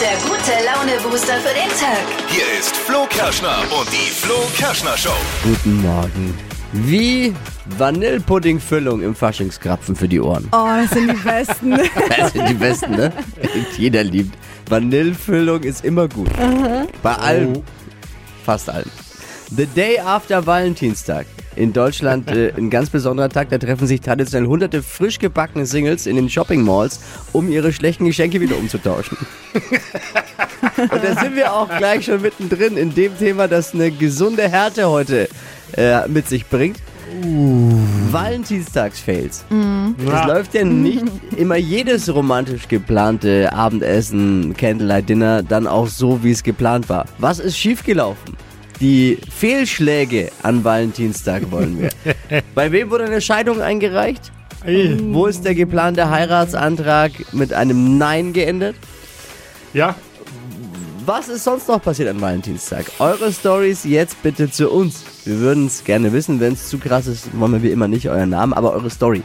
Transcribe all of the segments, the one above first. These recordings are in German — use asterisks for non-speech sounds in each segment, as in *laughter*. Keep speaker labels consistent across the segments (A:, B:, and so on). A: der gute Laune-Booster für den Tag.
B: Hier ist Flo Kerschner und die Flo Kerschner Show.
C: Guten Morgen. Wie Vanillepuddingfüllung im Faschingskrapfen für die Ohren.
D: Oh, das sind die Besten.
C: *laughs* Das sind die besten, ne? Jeder liebt. Vanillefüllung ist immer gut.
D: Mhm.
C: Bei allem. Fast allem. The Day After Valentinstag. In
D: *laughs*
C: Deutschland äh, ein ganz besonderer Tag, da treffen sich traditionell hunderte frisch gebackene Singles in den Shopping Malls, um ihre schlechten Geschenke wieder umzutauschen. Und da sind wir auch gleich schon mittendrin in dem Thema, das eine gesunde Härte heute äh, mit sich bringt. Valentinstags-Fails. Es läuft ja nicht immer jedes romantisch geplante Abendessen, Candlelight-Dinner dann auch so, wie es geplant war. Was ist schiefgelaufen? Die Fehlschläge an Valentinstag wollen wir. Bei wem wurde eine Scheidung eingereicht? Wo ist der geplante Heiratsantrag mit einem Nein geendet?
E: Ja,
C: Was ist sonst noch passiert an Valentinstag? Eure Stories jetzt bitte zu uns. Wir würden es gerne wissen. Wenn es zu krass ist, wollen wir wie immer nicht euren Namen, aber eure Story.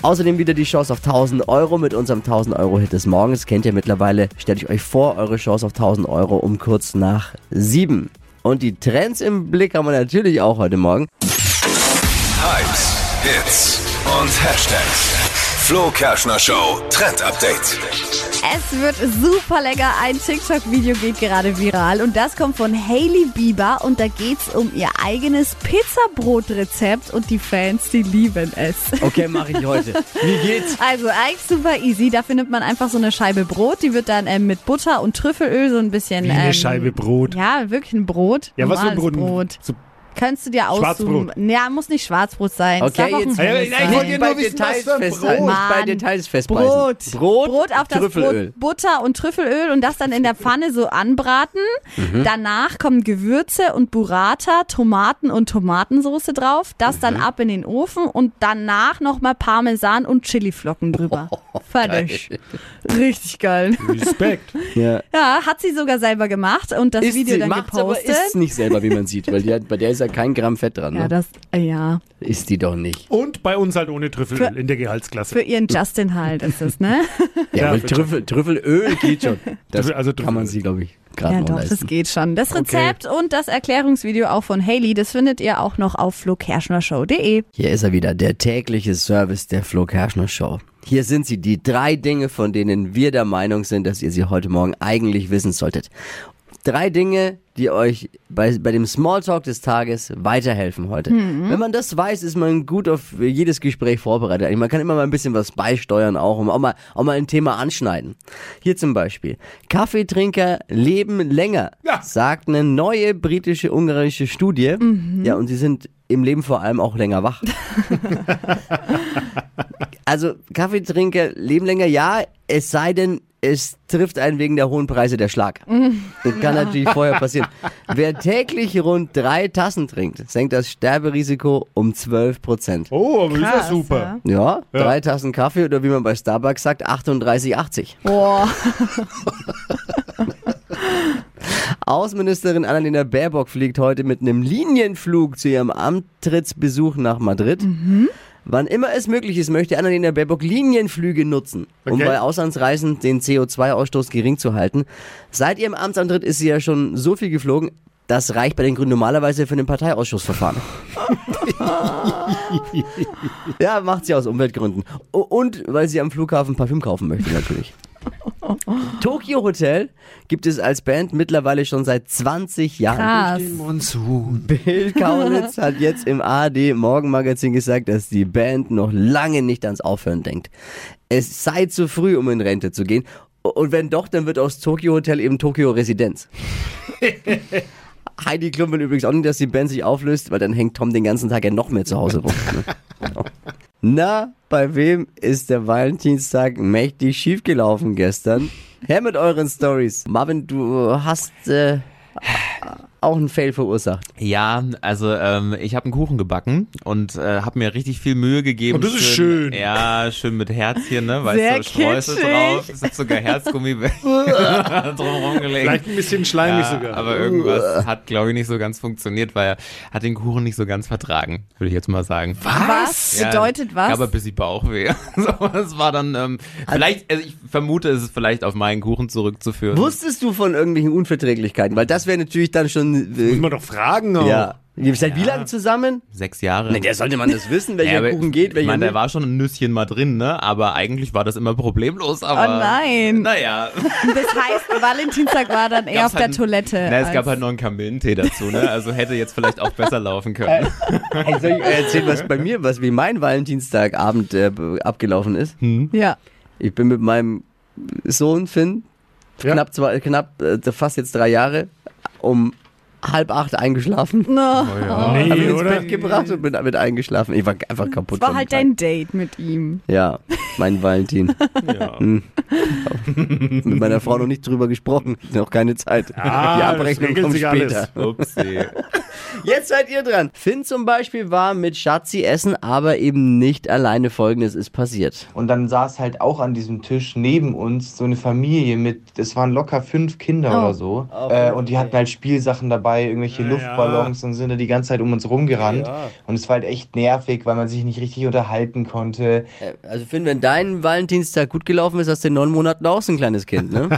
C: Außerdem wieder die Chance auf 1000 Euro mit unserem 1000 Euro Hit des Morgens. Kennt ihr mittlerweile. Stellt ich euch vor, eure Chance auf 1000 Euro um kurz nach sieben. Und die Trends im Blick haben wir natürlich auch heute Morgen.
B: Hypes, Hits und Hashtags. Flo Kerschner Show Trend Update.
D: Es wird super lecker. Ein TikTok-Video geht gerade viral und das kommt von Hailey Bieber und da geht's um ihr eigenes Pizzabrotrezept und die Fans, die lieben es.
C: Okay, mache ich heute. Wie geht's?
D: Also eigentlich super easy. Da findet man einfach so eine Scheibe Brot, die wird dann ähm, mit Butter und Trüffelöl so ein bisschen.
E: wie eine
D: ähm,
E: Scheibe Brot.
D: Ja, wirklich ein Brot.
E: Ja, was für ein Brot?
D: Normales Brot.
E: So,
D: Kannst du dir aussuchen.
E: Schwarzbrot.
D: Ja, muss nicht Schwarzbrot sein. Es darf
C: Okay,
D: auch ein
C: jetzt
E: Ja,
D: helles
E: ja, ich
D: sein.
E: wollte ja nur wissen, was für ein
C: Äh, festhalten.
E: Brot.
C: Nicht bei
D: Mann.
C: Details festbeißen.
D: Brot.
C: Brot,
D: Brot auf das
C: Trüffelöl.
D: Brot, Butter und Trüffelöl und das dann in der Pfanne so anbraten.
C: Mhm.
D: Danach kommen Gewürze und Burrata, Tomaten und Tomatensoße drauf. Das dann
C: Mhm.
D: ab in den Ofen und danach nochmal Parmesan und Chiliflocken drüber.
C: Oh,
D: Fertig. Richtig geil.
E: Respekt.
C: Ja.
D: Ja, hat sie sogar selber gemacht und das
C: Isst
D: Video
C: sie,
D: dann
C: macht's
D: gepostet.
C: Aber isst nicht selber, wie man sieht, weil die hat, bei der ist ja kein Gramm Fett dran. Ne?
D: ja, das, ja,
C: ist die doch nicht.
E: Und bei uns halt ohne Trüffelöl in der Gehaltsklasse.
D: für ihren Justin halt ist es, ne?
C: Ja,
E: Ja,
C: weil
E: bitte.
C: Trüffel, Trüffelöl geht
E: *laughs*
C: schon. Das
E: Trüffel- also
C: kann man
E: Trüffelöl.
C: sie, glaube ich, gerade
D: Ja,
C: noch
D: doch, das
C: leisten.
D: geht schon. Das Rezept und das Erklärungsvideo auch von Haley, das findet ihr auch noch auf flokerschnershow.de.
C: Hier ist er wieder, der tägliche Service der Flo Kerschner Show. Hier sind sie, die drei Dinge, von denen wir der Meinung sind, dass ihr sie heute Morgen eigentlich wissen solltet. Drei Dinge, die euch bei, bei dem Smalltalk des Tages weiterhelfen heute. Wenn man das weiß, ist man gut auf jedes Gespräch vorbereitet. Eigentlich, Man kann immer mal ein bisschen was beisteuern auch und auch mal, auch mal ein Thema anschneiden. Hier zum Beispiel. Kaffeetrinker leben länger,
E: Ja.
C: sagt eine neue britische, ungarische Studie. Ja, und sie sind im Leben vor allem auch länger wach. Also Kaffeetrinker leben länger, ja, es sei denn, es trifft einen wegen der hohen Preise der Schlag. Das kann natürlich vorher passieren. Wer täglich rund drei Tassen trinkt, senkt das Sterberisiko um 12 Prozent.
E: Oh, aber ist ja
D: Krass,
E: super.
D: ja.
C: Ja,
E: Ja.
C: drei Tassen Kaffee oder wie man bei Starbucks sagt, 38,80.
D: Boah.
C: Außenministerin Annalena Baerbock fliegt heute mit einem Linienflug zu ihrem Amtrittsbesuch nach Madrid. Wann immer es möglich ist, möchte Annalena Baerbock Linienflüge nutzen, um
E: Okay.
C: bei Auslandsreisen den CO2-Ausstoß gering zu halten. Seit ihrem Amtsantritt ist sie ja schon so viel geflogen, das reicht bei den Grünen normalerweise für ein Parteiausschussverfahren. ja, macht sie aus Umweltgründen. O- Und weil sie am Flughafen Parfüm kaufen möchte, natürlich. Tokyo Hotel gibt es als Band mittlerweile schon seit 20 Jahren.
D: Krass.
C: Bill Kaulitz hat jetzt im ARD Morgenmagazin gesagt, dass die Band noch lange nicht ans Aufhören denkt. Es sei zu früh, um in Rente zu gehen. Und wenn doch, dann wird aus Tokyo Hotel eben Tokyo Residenz. Heidi Klum will übrigens auch nicht, dass die Band sich auflöst, weil dann hängt Tom den ganzen Tag ja noch mehr zu Hause rum. ne? Na, bei wem ist der Valentinstag mächtig schiefgelaufen gestern? Her mit euren Stories. Marvin, du hast äh, auch einen Fail verursacht.
F: Ja, also ähm, ich habe einen Kuchen gebacken und äh, habe mir richtig viel Mühe gegeben.
E: Und das ist schön.
F: Ja, schön mit Herzchen, ne? Weißt
D: Sehr
F: du, Streusel
D: kitschig.
F: drauf. Es hat sogar Herzgummi
D: *laughs*
F: *laughs* drumherum gelegt.
E: Vielleicht ein bisschen schleimig
F: Ja,
E: sogar.
F: aber irgendwas hat, glaube ich, nicht so ganz funktioniert, weil er hat den Kuchen nicht so ganz vertragen, würde ich jetzt mal sagen.
D: Was? Bedeutet was?
F: Aber bis sie Bauchweh. *laughs* so, das war dann, ähm, vielleicht, also ich vermute, es ist vielleicht auf meinen Kuchen zurückzuführen.
C: Wusstest du von irgendwelchen Unverträglichkeiten? Weil das wäre natürlich dann schon. Äh,
E: Muss man Oh, doch fragen auch.
C: ja. Ihr seid wie lange zusammen?
F: Sechs Jahre.
C: Na, der sollte man das wissen,
F: Ja,
C: welcher
F: aber
C: Kuchen geht,
F: Ich
C: welcher
F: meine, da
C: nicht.
F: war schon ein Nüsschen mal drin, ne? Aber eigentlich war das immer problemlos. Aber
D: Oh nein. *laughs*
F: Naja.
D: Und Das heißt, Valentinstag war dann eher
F: Gab's
D: auf der
F: halt-
D: Toilette.
F: Na, es gab
D: Äh, als-
F: halt noch einen Kamillentee dazu, ne? Also hätte jetzt vielleicht auch besser laufen können.
D: Äh.
C: Ey, soll ich euch erzählen, was bei mir, was wie mein Valentinstagabend äh, b- abgelaufen ist?
D: ja.
C: Ich bin mit meinem Sohn Finn,
E: Ja.
C: knapp, zwei, knapp äh, fast jetzt drei Jahre, um halb acht eingeschlafen.
D: No.
F: Oh
E: Nee,
C: Hab ihn ins
E: oder?
C: Bett gebracht und bin damit eingeschlafen. Ich war einfach kaputt.
D: Das war
C: vom
D: halt
C: Tag.
D: dein Date mit ihm.
C: Ja, mein
E: *laughs*
C: Valentin. Hm. Mit meiner Frau noch nicht drüber gesprochen. Noch keine Zeit.
E: Ah,
C: Die
E: das
C: Abrechnung
E: regelt
C: kommt
E: sich
C: später.
E: alles.
F: Upsi.
C: Jetzt seid ihr dran. Finn zum Beispiel war mit Schatzi essen, aber eben nicht alleine. Folgendes ist passiert.
G: Und dann saß halt auch an diesem Tisch neben uns so eine Familie mit, es waren locker fünf Kinder oder so. äh, und die hatten halt Spielsachen dabei, irgendwelche
E: Ja,
G: Luftballons und sind da die ganze Zeit um uns rumgerannt. Und es war halt echt nervig, weil man sich nicht richtig unterhalten konnte.
C: Äh, Also Finn, wenn dein Valentinstag gut gelaufen ist, hast du in neun Monaten auch so ein kleines Kind, ne?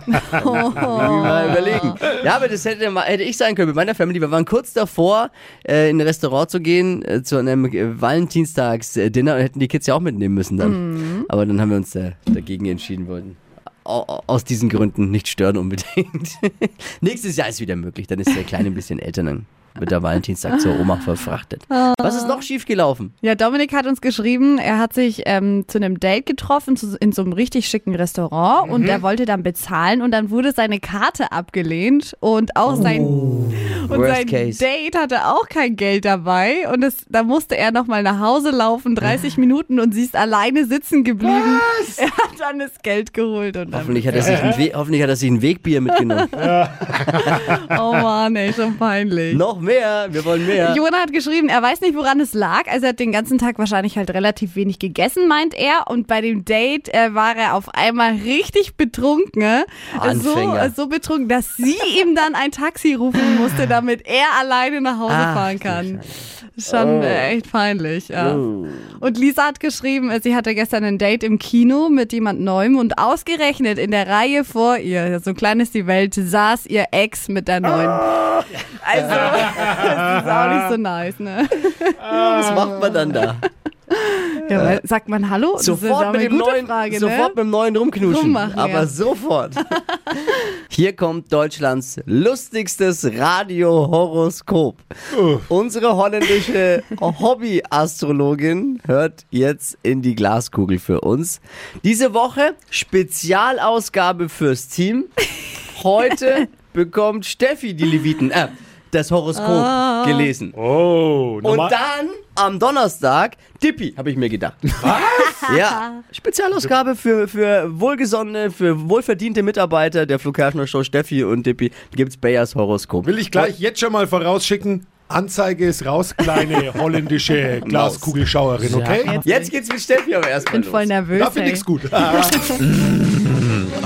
D: Oh.
C: Mal überlegen. Ja, aber das hätte, mal- hätte ich sein können mit meiner Family. Wir waren kurz davor, äh, in ein Restaurant zu gehen, äh, zu einem äh, Valentinstagsdinner und hätten die Kids ja auch mitnehmen müssen dann.
D: Mhm.
C: Aber dann haben wir uns äh, dagegen entschieden wollen. Au- au- Aus diesen Gründen nicht stören unbedingt. *laughs* Nächstes Jahr ist wieder möglich, dann ist der Kleine ein bisschen älter, dann wird der Valentinstag zur Oma verfrachtet.
D: Ah.
C: Was ist noch schief gelaufen?
D: Ja, Dominik hat uns geschrieben, er hat sich ähm, zu einem Date getroffen zu, in so einem richtig schicken Restaurant und er wollte dann bezahlen und dann wurde seine Karte abgelehnt und auch sein,
F: Oh.
D: und
C: Worst
D: sein
C: case.
D: Date hatte auch kein Geld dabei und das, da musste er nochmal nach Hause laufen, 30
C: Ah.
D: Minuten und sie ist alleine sitzen geblieben. Er hat dann das Geld geholt und dann,
C: Hoffentlich hat er sich ein, We hoffentlich hat er sich ein Wegbier mitgenommen.
D: *laughs* oh Mann, ey, schon peinlich.
C: Noch mehr, wir wollen mehr.
D: Jona hat geschrieben, er weiß nicht, woran es lag. Also er hat den ganzen Tag wahrscheinlich halt relativ wenig gegessen, meint er. Und bei dem Date äh, war er auf einmal richtig betrunken. ne? So,
C: Anfänger.
D: äh, so betrunken, dass sie ihm dann ein Taxi rufen musste, damit er alleine nach Hause
C: Ach,
D: fahren
C: du
D: kann. Schon äh, echt peinlich, ja. Und Lisa hat geschrieben, äh, sie hatte gestern ein Date im Kino mit jemand Neuem und ausgerechnet in der Reihe vor ihr, so klein ist die Welt, saß ihr Ex mit der Neuen. *laughs* Also, das ist auch nicht so nice, ne?
C: Was macht man dann da?
D: Ja, weil, sagt man Hallo? Das ist aber
C: Sofort mit
D: eine
C: dem
D: gute
C: neuen,
D: Frage,
C: sofort
D: ne?
C: mit dem neuen rumknutschen.
D: Rummachen,
C: aber
D: ja. *laughs*
C: sofort. Hier kommt Deutschlands lustigstes Radiohoroskop. Unsere holländische Hobbyastrologin hört jetzt in die Glaskugel für uns. Diese Woche Spezialausgabe fürs Team.
D: *laughs*
C: Heute bekommt Steffi die Leviten. Äh, das Horoskop
D: Ah.
C: gelesen.
E: Oh,
C: Und
E: normal-
C: dann am Donnerstag Dippi, habe ich mir gedacht. Was? *laughs* ja. Spezialausgabe für, für wohlgesonnene, für wohlverdiente Mitarbeiter der Flughafen Show Steffi und Dippi gibt's Bayers Horoskop.
E: will ich gleich jetzt schon mal vorausschicken. Anzeige ist
C: *laughs*
E: raus, kleine holländische Glaskugelschauerin, okay?
C: Jetzt geht's mit Steffi aber erstmal
D: Ich bin
C: los.
D: voll nervös.
E: Da finde
D: ey.
E: ich's
D: *laughs*
E: gut.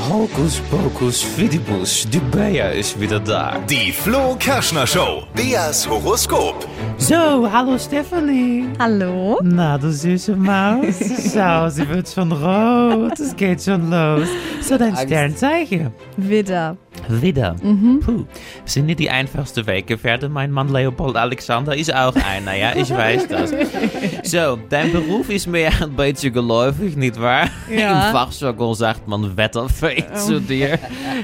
F: Hokus pokus fidibus, die Bayer ist wieder da.
B: Die Flo Kerschner Show. Beas Horoskop.
H: So, hallo Stephanie.
D: Hallo?
H: Na, du süße Maus. Schau, sie wird schon rot. Es geht schon los. So, dein
C: Angst.
H: Sternzeichen.
D: Widder.
H: Wieder.
D: Mhm.
H: Puh. Sind nicht die einfachste Weggefährte. Mein Mann Leopold Alexander ist auch ein. Naja, ich weiß das. So, dein Beruf ist mir ein beetje geläufig, nicht wahr?
D: Ja. Oh.
H: Im Fachjargon sagt man Wetterfee zu dir.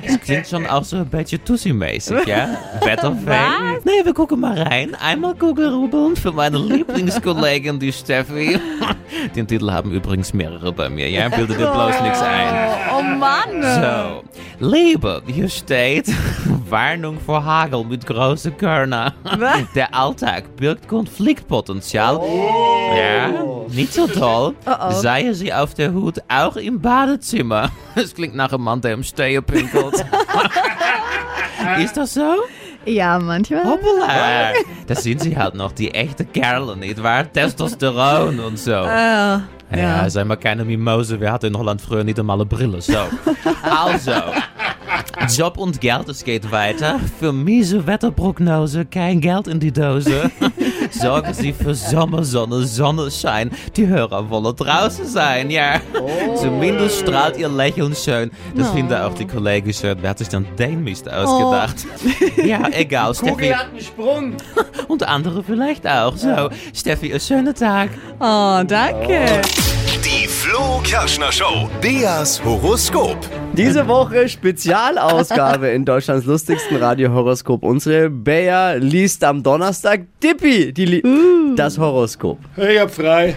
H: Das klingt schon auch so ein beetje Tussi-mäßig, ja? Wetterfee.
D: Was?
H: Nee, wir gucken mal rein. Einmal Kugelrubeln für meine Lieblingskollegin, die Steffi. *laughs* Den Titel haben übrigens mehrere bei mir, ja? Bilde dir bloß nichts ein.
D: Oh, oh Mann.
H: Zo, liebe, hier steht *laughs* Warnung vor Hagel mit große Körner.
D: Was?
H: *laughs* Der Alltag birgt Konfliktpotenzial. Ja, nicht so toll.
D: Oh-oh.
H: Seien Sie auf der Hut, auch im *laughs* Badezimmer. Das klingt nach einem Mann, der im Stehe pinkelt. Ist das so?
D: Ja, manchmal.
H: Hoppala. Das sind sie halt noch, die echte Kerlen, nicht wahr? Testosteron und so.
D: Äh,
H: Ja, sei mal keine Mimose. Wir hatten in Holland früher nicht einmal eine Brille. So. also. Job und Geld, es geht weiter. Für miese Wetterprognose, kein Geld in die Dose. Sorgen Sie für Sommersonne, Sonnenschein. Die Hörer wollen draußen sein, ja. Zumindest strahlt Ihr Lächeln schön. Das
D: Oh.
H: finden auch die Kollegen schön. Wer hat sich dann den Mist ausgedacht? Ja, egal, Steffi.
C: einen
H: *laughs*
C: Sprung.
H: Und andere vielleicht auch. So, Steffi, einen schönen Tag.
D: Oh, danke.
B: Die Flo Kerschner Show. Beas Horoskop.
C: Diese Woche Spezialausgabe in Deutschlands lustigsten Radiohoroskop. Unsere Bea liest am Donnerstag Dippi, die li das Horoskop.
E: Ich hab frei.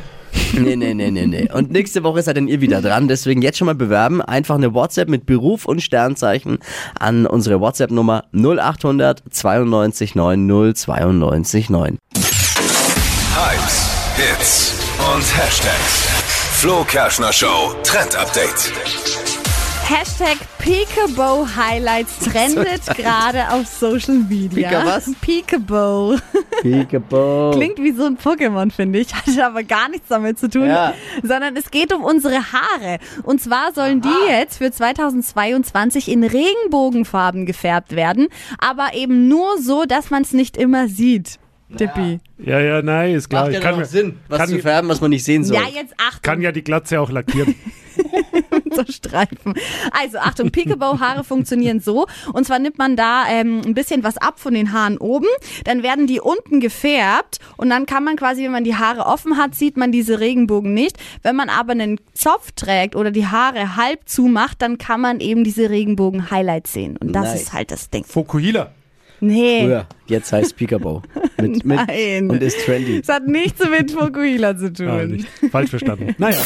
C: Nee, nee, nee, nee, nee. Und nächste Woche seid dann ihr wieder dran. Deswegen jetzt schon mal bewerben. Einfach eine WhatsApp mit Beruf und Sternzeichen an unsere WhatsApp-Nummer 0800 92 9 092 9.
B: Hypes, Hits und Hashtags. Flo Kerschner Show Trend Update.
D: Hashtag Peekabo Highlights *laughs* trendet gerade auf Social Media.
C: Pika was?
D: Peekabo.
C: Klingt
D: Klingt wie so ein Pokémon, finde ich. Hat aber gar nichts damit zu tun,
C: Ja.
D: sondern es geht um unsere Haare. Und zwar sollen die jetzt für 2022 in Regenbogenfarben gefärbt werden, aber eben nur so, dass man es nicht immer sieht. Dippi.
E: Ja, ja, nein, ist klar.
C: Macht ja
E: Ich kann,
C: doch
E: mir-
C: noch Sinn, was
E: kann
C: zu
E: mir-
C: färben, was man nicht sehen soll.
D: Ja, jetzt Achtung,
E: kann ja die Glatze
C: *laughs*
E: auch lackieren.
D: *laughs* zu streifen. Also Achtung, Peekaboo-Haare funktionieren so. Und zwar nimmt man da ähm, ein bisschen was ab von den Haaren oben, dann werden die unten gefärbt und dann kann man quasi, wenn man die Haare offen hat, sieht man diese Regenbogen nicht. Wenn man aber einen Zopf trägt oder die Haare halb zumacht, dann kann man eben diese Regenbogen-Highlights sehen. Und das
C: Nice.
D: ist halt das Ding.
E: Fokuhila.
D: Nee.
C: Früher. Jetzt heißt
D: *laughs*
C: Peekaboo. Mit, mit,
D: Nein.
C: Und ist
D: *laughs*
C: trendy.
D: Das hat nichts mit
C: *laughs*
D: Fokuhila zu tun.
E: Ah, nicht. Falsch verstanden. Naja.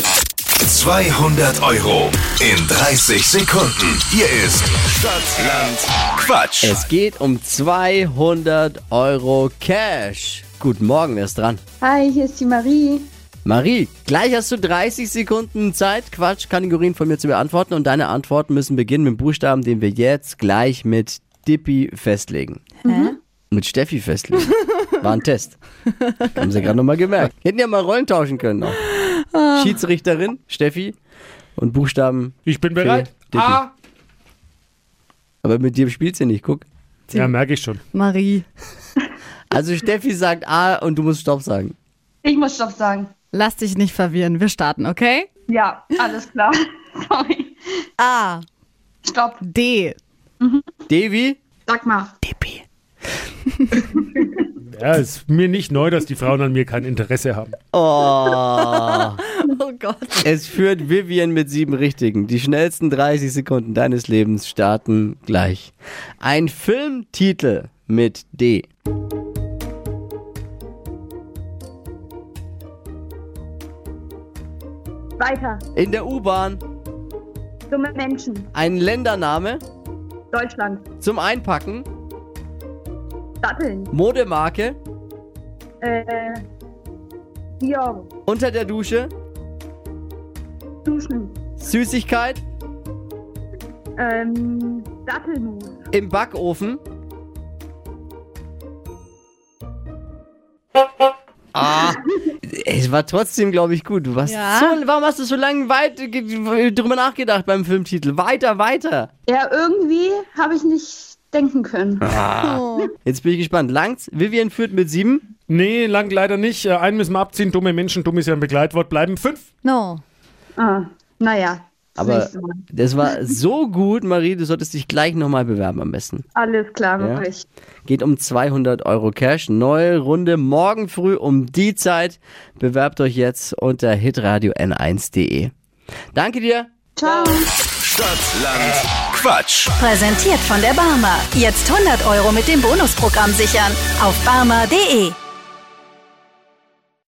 B: 200 Euro in 30 Sekunden. Hier ist Stadtland Quatsch.
C: Es geht um 200 Euro Cash. Guten Morgen, wer ist dran?
I: Hi, hier ist die Marie.
C: Marie, gleich hast du 30 Sekunden Zeit, Quatschkategorien von mir zu beantworten. Und deine Antworten müssen beginnen mit dem Buchstaben, den wir jetzt gleich mit Dippi festlegen. Mit Steffi festlegen. War ein Test. Haben sie gerade nochmal gemerkt. Hätten ja mal Rollen tauschen können noch. Schiedsrichterin, Steffi. Und Buchstaben.
E: Ich bin bereit.
C: Dippi.
E: Ah.
C: Aber mit dir spielt sie nicht, guck.
E: Ja, merke ich schon.
D: Marie.
C: Also Steffi sagt A und du musst Stopp sagen.
I: Ich muss Stopp sagen.
D: Lass dich nicht verwirren. Wir starten, okay?
I: Ja, alles klar. *laughs* Sorry.
D: A.
I: Stopp.
D: D.
C: Devi?
I: Sag mal.
D: Dippi.
E: Ja, ist mir nicht neu, dass die Frauen an mir kein Interesse haben.
C: Oh.
D: Oh Gott.
C: Es führt Vivian mit sieben Richtigen. Die schnellsten 30 Sekunden deines Lebens starten gleich. Ein Filmtitel mit D.
I: Weiter.
C: In der U-Bahn
I: Dumme Menschen.
C: ein Ländername
I: Deutschland.
C: zum Einpacken,
I: Datteln.
C: Modemarke,
I: Äh. Dior.
C: unter der Dusche,
I: Duschen.
C: Süßigkeit,
I: Ähm. Dattelmus.
C: im Backofen. Ah, *laughs* es war trotzdem, glaube ich, gut. Du warst
D: Ja.
C: so, warum hast du so lange weit ge- drüber nachgedacht beim Filmtitel? Weiter, weiter.
I: Ja, irgendwie habe ich nicht denken können.
C: Jetzt bin ich gespannt. Langs, Vivian führt mit sieben.
E: Nee, lang leider nicht. Äh, Einen müssen wir abziehen. Dumme Menschen, dumm ist ja ein Begleitwort. Bleiben fünf.
D: No.
I: Ah, naja. das
C: Aber
I: nächste Mal.
C: das war so gut, Marie, du solltest dich gleich nochmal bewerben am besten.
I: Alles klar,
C: Ja.
I: wirklich.
C: Geht um 200 Euro Cash. Neue Runde morgen früh um die Zeit. Bewerbt euch jetzt unter hitradio n1.de. Danke dir.
I: Ciao.
B: Stadtland Quatsch.
A: Präsentiert von der Barmer. Jetzt 100 Euro mit dem Bonusprogramm sichern. Auf barmer.de.